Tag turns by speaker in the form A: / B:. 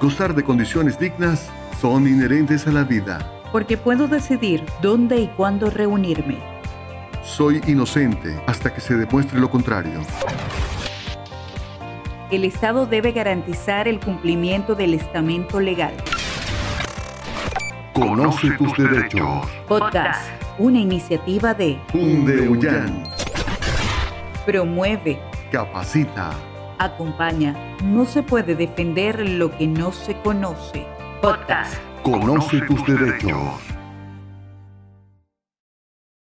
A: Gozar de condiciones dignas son inherentes a la vida.
B: porque puedo decidir dónde y cuándo reunirme.
A: Soy inocente hasta que se demuestre lo contrario.
B: El Estado debe garantizar el cumplimiento del estamento legal.
A: Conoce tus derechos.
B: Podcast, una iniciativa de
A: Hundeuyán.
B: promueve,
A: Capacita.
B: acompaña. No se puede defender lo que no se conoce. Podcast.
A: Conoce tus derechos.